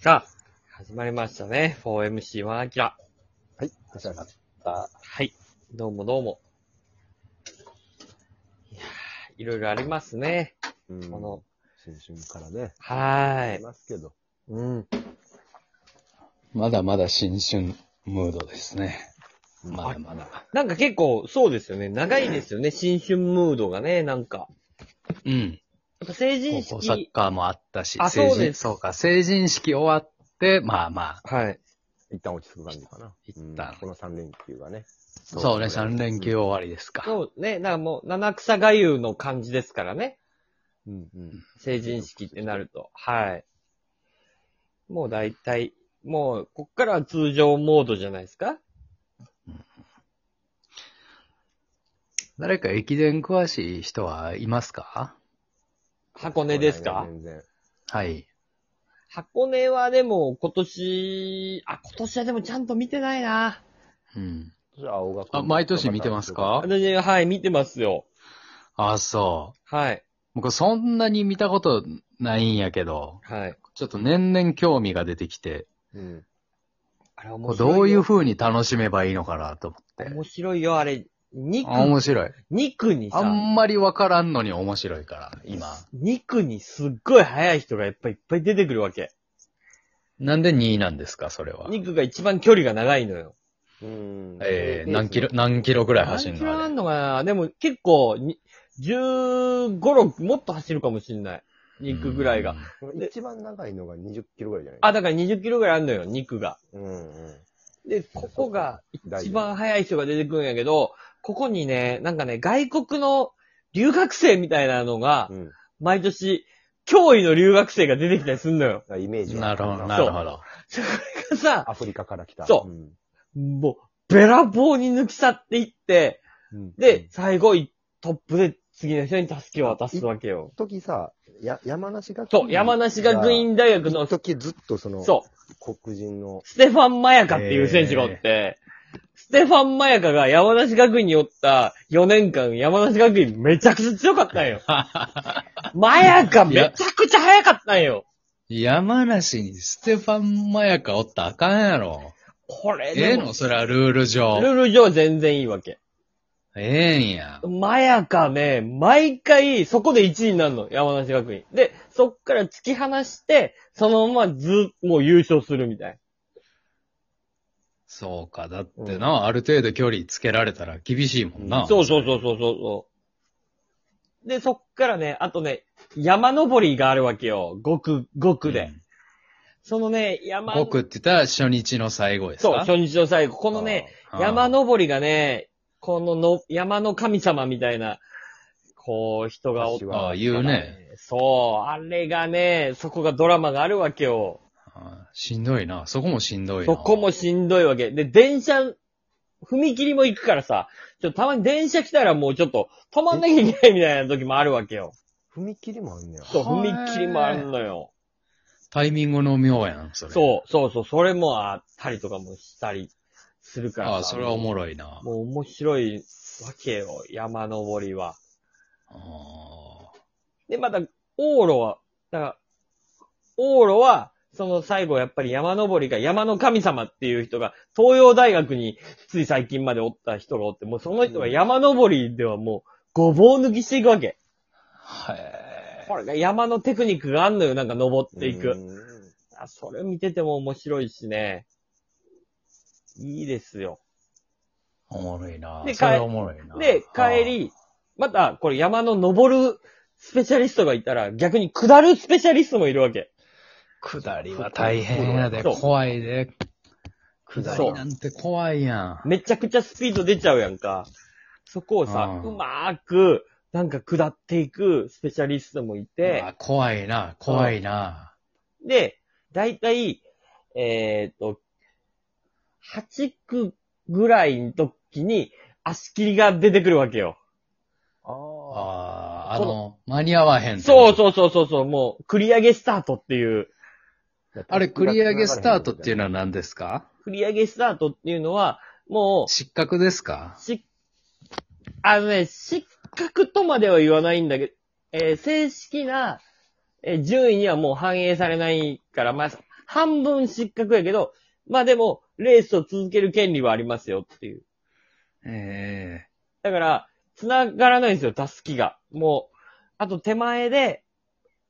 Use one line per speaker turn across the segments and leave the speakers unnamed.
さあ、始まりましたね。4MC1 アキラ。
はい、お世話になった。
はい。どうもどうも。いやーいろいろありますね。
うん
この、
新春からね、
は
あ
ー
り
い。
ますけど。
うん。
まだまだ新春ムードですね。
うん
まだまだ。
なんか結構、そうですよね。長いですよね。新春ムードがね、なんか。
うん。
やっぱ成人
高校サッ
式。
カーもあったし、
あ
成人
そうです
そうか、成人式終わって、まあまあ、
はい。
一旦落ち着く感じかな。
一
うん
旦
この3連休はね。
そうね、3連休終わりですか。
そうね。なんかもう、七草がゆの感じですからね。
うんうん。
成人式ってなると。はい。もう大体、もう、こっからは通常モードじゃないですか
誰か駅伝詳しい人はいますか
箱根ですか
全然。
はい。
箱根はでも今年、あ、今年はでもちゃんと見てないな。
うん。
じゃあ、青学
あ毎年見てますか
私、はい、見てますよ。
あ、そ
はい、
う。僕そんなに見たことないんやけど、
はい。
ちょっと年々興味が出てきて、
うん。
あれ面
こう
白いよ。
どういう風に楽しめばいいのかなと思って。
面白いよ、あれ。肉
あ、面白い。
肉に
あ
さ、
んまりわからんのに面白いから、今。
肉にすっごい速い人がやっぱいっぱい出てくるわけ。
なんで2位なんですか、それは。
肉が一番距離が長いのよ。
うん。
えー、
ペース
何キロ、何キロぐらい走
何
る
キロ
の
あ
あ
ん
れ
のかなでも結構に、15、6もっと走るかもしんない。肉ぐらいが。。
一番長いのが20キロぐらいじゃない
あ、だから20キロぐらいあんのよ、肉が。
うんうん。
で、ここが
大事
一番早い人が出てくるんやけど、ここにね、なんかね、外国の留学生みたいなのが
う、ん。だ
毎年、脅威の留学生が出てきたりすんのよ。
からイメージは
なるほど、な
そう
るほど。
それがさ、
アフリカから来た。
そ
ん
もう、べらぼうに抜き去っていって、
うん。
で、、最後、トップで次の人に助けを渡すわけよ。
時さ、や、山梨学
そう、山梨学院大学の
の、時ずっとその、
そう、
う。黒人の、
ステファン・マヤカっていう選手がおって、ステファン・マヤカが山梨学院におった4年間、山梨学院めちゃくちゃ強かったんよ。マヤカめちゃくちゃ速かったんよ。
山梨にステファン・マヤカおったらあかんやろ。
これ
ええ
でも
のそれはルール上
ル。ール上全然いいわけ。
ええんや。
マヤカね、毎回そこで1位になるの、山梨学院。で、そっから突き放して、そのままず、もう優勝するみたい。
そうか、だってな、ある程度距離つけられたら厳しいもんな。
そうそうそうそうそうそう。で、そっからね、あとね、山登りがあるわけよ。5区、5区で。
うん。
そのね、山、
僕って言ったら初日の最後です
そう、
か
初日の最後。このね、
うん
山登りがね、このの山の神様みたいな、こう、人がおった
私
ら
は
ああ、言うね。。
そう、あれがね、そこがドラマがあるわけよ。
ああしんどいな。そこもしんどいな。
そこもしんどいわけ。で、電車、踏切も行くからさ、ちょっとたまに電車来たらもうちょっと止まんなきゃいけないみたいな時もあるわけよ。
踏切もあんねや。
そう、
はーい
踏切もあるのよ。
タイミングの妙やん、それ。
そう、そうそう、それもあったりとかもしたりするからさ。
ああ、それはおもろいな。
もう面白いわけよ、山登りは。
あ
で、また、往路は、だから、往路は、その最後やっぱり山登りが山の神様っていう人が、東洋大学につい最近までおった人がおって、もうその人が山登りではもう、ごぼう抜きしていくわけ。
あ。へ
これが山のテクニックがあんのよ、なんか登っていく。
うん。
あそれ見てても面白いしね。いいですよ。
おもろいな
で。
それおもろいな。
で、帰り、また、これ山の登るスペシャリストがいたら、逆に下るスペシャリストもいるわけ。
あー。下りは大変やで、
そう
怖いで。下
そう
りなんて怖いやん。
めちゃくちゃスピード出ちゃうやんか。そこをさ、
う
うんまーく、なんか下っていくスペシャリストもいう
わ
て、
怖いな、怖いな。
で、だいたい、えっ、と、8区ぐらいの時に足切りが出てくるわけよ。
ああ。
ああ、あ
こ
の、間に合わへん。
そう
う。
そうそうそうそう、もう繰り上げスタートっていう。
あれ、繰り上げスタートっていうのは何ですか
繰り上げスタートっていうのは、もう、
失格ですか
し、あのね、失格とまでは言わないんだけど、えー正式な、えー順位にはもう反映されないから、まあ、半分失格やけど、まあでも、レースを続ける権利はありますよっていう。
え
だから、繋がらないんですよ、たすきが。もう、あと手前で、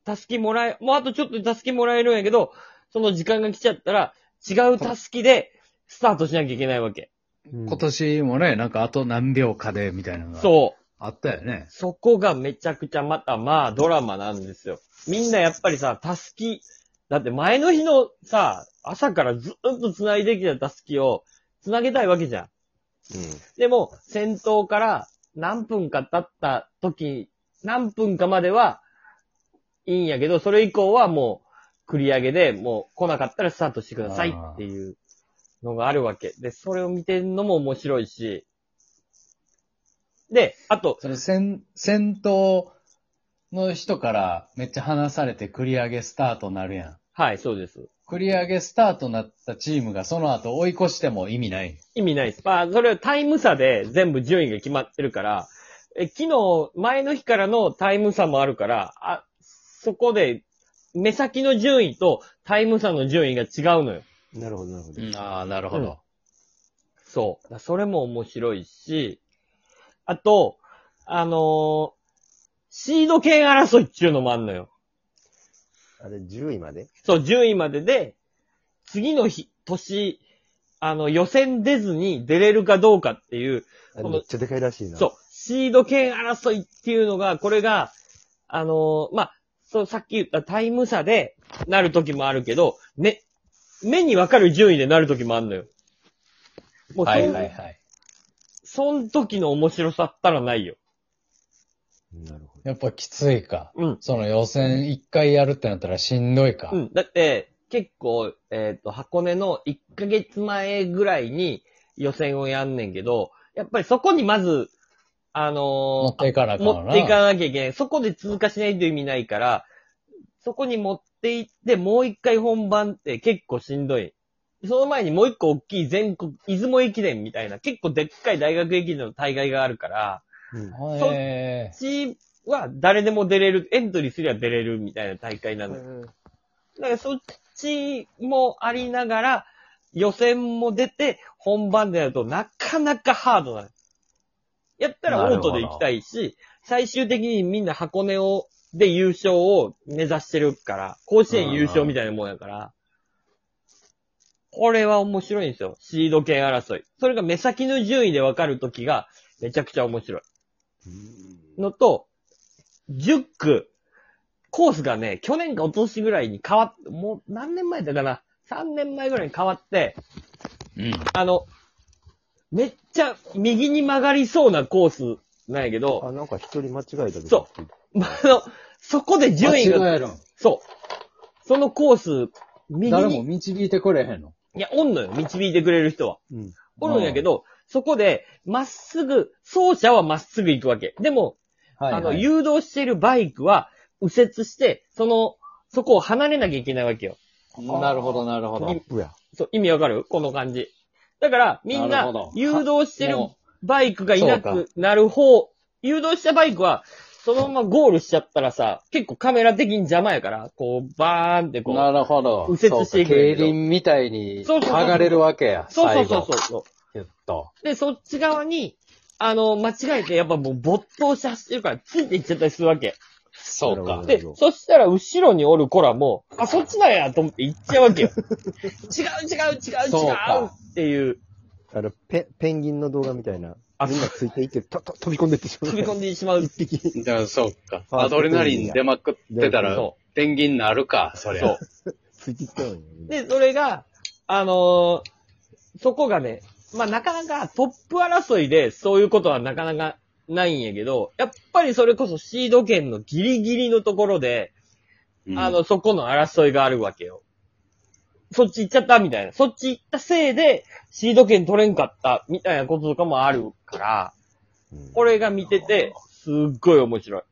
たすきもらえ、もうあとちょっとでたすきもらえるんやけど、その時間が来ちゃったら、違うたすきで、スタートしなきゃいけないわけ。
え
今
今年もね、なんかあと何秒かで、みたいなのが。
そう。
あったよね。
そこがめちゃくちゃまたまあドラマなんですよ。みんなやっぱりさ、たすき、だって前の日のさ、朝からずっと繋いできたたすきを繋げたいわけじゃん。でも、先頭から何分か経った時、何分かまではいいんやけど、それ以降はもう繰り上げでもう来なかったらスタートしてくださいっていうのがあるわけ。で、それを見てるのも面白いし、で、あと、
それ先、先頭の人からめっちゃ離されて繰り上げスタートなるやん。
はい、そうです。
繰り上げスタートなったチームがその後追い越しても意味ない。
意味ないです。まあ、それはタイム差で全部順位が決まってるから、え、昨日、前の日からのタイム差もあるから、あ、そこで、目先の順位とタイム差の順位が違うのよ。
うん。なるほど、なるほど。
ああ、なる
ほど。そう。だからそれも面白いし、あと、あのーシード権争いっていうのもあんのよ。
あれ、10位まで
そう、10位までで、次の日、年、あの、予選出ずに出れるかどうかっていう、こ
あれ
の
めっちゃでかいらしいな。
そう。シード権争いっていうのが、これが、あのーまあ、そう、さっき言ったタイム差でなる時もあるけど、ね、目にわかる順位でなる時もあるのよ。もうそ、
は
ん
いはいはい。
そん時の面白さったらないよ。
なるほど。
やっぱきついか。
うん。
その予選一回やるってなったらしんどいか。
うん。だって、結構、えっ、と、箱根の1ヶ月前ぐらいに予選をやんねんけど、やっぱりそこにまず、あ
持
のー
っていかなあかん
持
わな。
っていかなきゃいけない。そこで通過しないと意味ないから、そこに持っていって、もう一回本番って結構しんどい。その前にもう一個大きい全国、出雲駅伝みたいな、結構でっかい大学駅伝の大会があるから、
うん
へえ
チームは誰でも出れる、エントリーすりゃ出れるみたいな大会なのよ。だからそっちもありながら、予選も出て、本番でやるとなかなかハードなの。やったらオートで行きたいし、最終的にみんな箱根を、で優勝を目指してるから、甲子園優勝みたいなもんやから、これは面白いんですよ。シード権争い。それが目先の順位で分かるときが、めちゃくちゃ面白い。
うん
のと、10区、コースがね、去年か一昨年ぐらいに変わっ、もう何年前だかな ?3 年前ぐらいに変わって、
うん。
あの、めっちゃ右に曲がりそうなコースなんやけど、
あ、なんか一人間違えたけど。
そまあの、そこで順位が、
間違えるん
そう。そのコース、右
誰
に
も、導いてくれへんの。
いや、おんのよ、導いてくれる人は。
うん。
おるんやけど、そこで、まっすぐ、走者はまっすぐ行くわけ。でも、
はい、はい。
あの、誘導してるバイクは右折して、その、そこを離れなきゃいけないわけよ。
なるほど、なるほど。
トラップや。
そう、意味わかるこの感じ。だから、みん
な
な
るほど、
誘導してる
も
バイクがいな
そう
くなる方、誘導したバイクは、そのままゴールしちゃったらさ、結構カメラ的に邪魔やから、こう、バーンって
う
こ
な
う。
るほど。
右折していくん
そう
やけ
か競
ど
輪みたいに、
そう
剥
そうそう
がれるわけや。
そうそう
最後
そうそう。
キュッと。
で、そっち側に、あの、間違えて、やっぱもう没頭して走ってるから、ついていっちゃったりするわけ。
そう
なるほ
か
ど。
で、そしたら後ろにおる子らも、あ、そっちなんやと思って行っちゃうわけ よ。違う違う違う違
そう
う
か
っていう、
あの、ペ、ペンギンの動画みたいな。
あ
みんなついていって、と、と、飛び込んでってしまう。
飛び込んでしまう。
一匹。
じゃあ、そうか。
あ
アドレナリン出まくってたら
そ、
ペンギンなるか、そりゃ。
そう
ついていったのに。
で、それが、あのーそこがね、まあなかなかトップ争いでそういうことはなかなかないんやけど、やっぱりそれこそシード権のギリギリのところで、
うん
あの、、そこの争いがあるわけよ。そっち行っちゃったみたいな。そっち行ったせいで、シード権取れんかったみたいなこととかもあるから、
うん
これが見てて、すっごい面白い。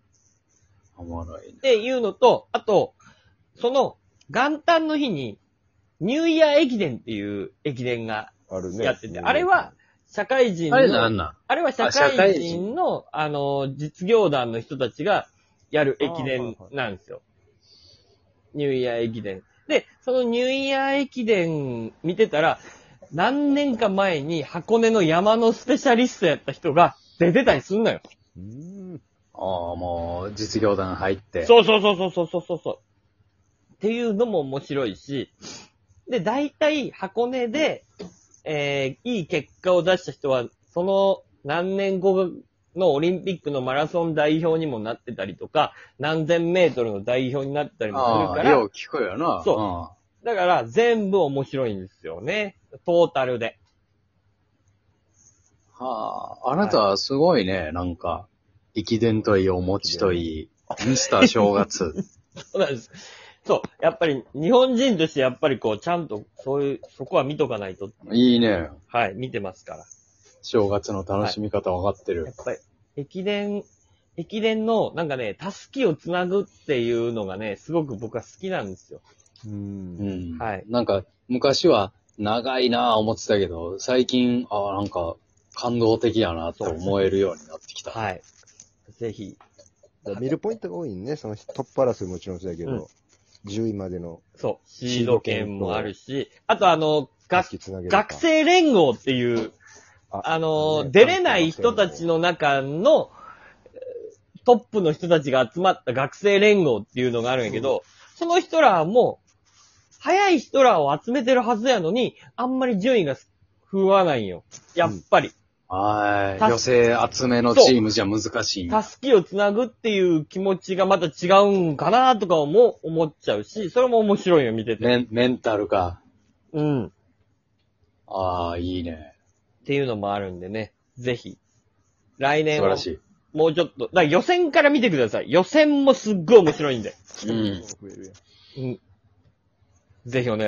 おもろい
っ。ていうのと、あと、その、元旦の日に、ニューイヤー駅伝っていう駅伝が
あるね。
やってて、あれは、社会人の、
あれなんなん
あれは社
あ社会
会
人
人の、あの、実業団の人たちがやる駅伝なんですよ。ニューイヤー駅伝。で、そのニューイヤー駅伝見てたら、何年か前に箱根の山のスペシャリストやった人が出てたりすんのよ。
うん。
ああ、もう、実業団入って。
そうそうそうそうそうそうそう。っていうのも面白いし、で、大体箱根で、えー、いい結果を出した人は、その何年後のオリンピックのマラソン代表にもなってたりとか、何千メートルの代表になってたりもする
あ
か
あ、よ
ら、
う聞くよな。
そうんだから全部面白いんですよね。トータルで。
はあ、あなたはすごいね、なんか、駅伝といい、お餅といい、ミスター正月。
そうなんです。そう。やっぱり日本人としてやっぱりこう、ちゃんとそういう、そこは見とかないと、
いいね。
はい、見てますから。
正月の楽しみ方わかってる。
やっぱり、駅伝、駅伝の、なんかね、たすきをつなぐっていうのがね、すごく僕は好きなんですよ。
う。
うんん。
はい
なんか、昔は長いなぁ思ってたけど、最近、ああ、なんか、感動的やなと思えるようになってきた。
はい。ぜひ。
見るポイントが多いね。そのトップ争いもちろんそうだけど、10位までの
そう。シード権もあるし、あとあの、
さ
が
っきつなげるか
学生連合っていう、
あ
あの、
ね
出れない人たちの中の、えートップの人たちが集まった学生連合っていうのがあるんやけど、その人らはもう、早い人らを集めてるはずやのに、あんまり順位が振るわないんよ。やっぱり。
はい。
た
女性集めのチームじゃ難しいんや
たすきをつなぐっていう気持ちがまた違うんかなとかも思っちゃうし、それも面白いよ、見てて。
メンメンタルか。
うん。っ
ああ、いいね。
ていうのもあるんでね、ぜひ。来
素
年
晴
は
らし
もうちょっと、だから予選から見てください。予選もすっごい面白いんで。
い。うん。
増えるやん
うん。ぜひお願いします